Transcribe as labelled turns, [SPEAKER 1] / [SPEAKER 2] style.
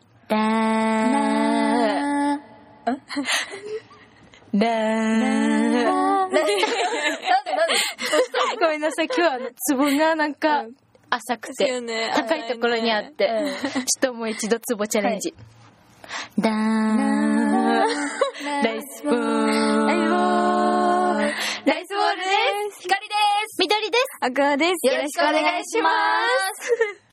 [SPEAKER 1] ラー
[SPEAKER 2] だー。なんでなんで
[SPEAKER 1] ごめんなさい、今日はあの、ツボがなんか、浅く
[SPEAKER 3] ですよ
[SPEAKER 1] て、
[SPEAKER 3] ね
[SPEAKER 1] 高いところにあって、
[SPEAKER 2] うん
[SPEAKER 1] ちょっともう一度ツボチャレンジ。
[SPEAKER 2] だ
[SPEAKER 1] ラ
[SPEAKER 2] ー。
[SPEAKER 1] イスボール。
[SPEAKER 2] ライ
[SPEAKER 1] ライスボールです。
[SPEAKER 3] 光です
[SPEAKER 2] 緑です。
[SPEAKER 3] アクアです
[SPEAKER 2] よろしくお願いします。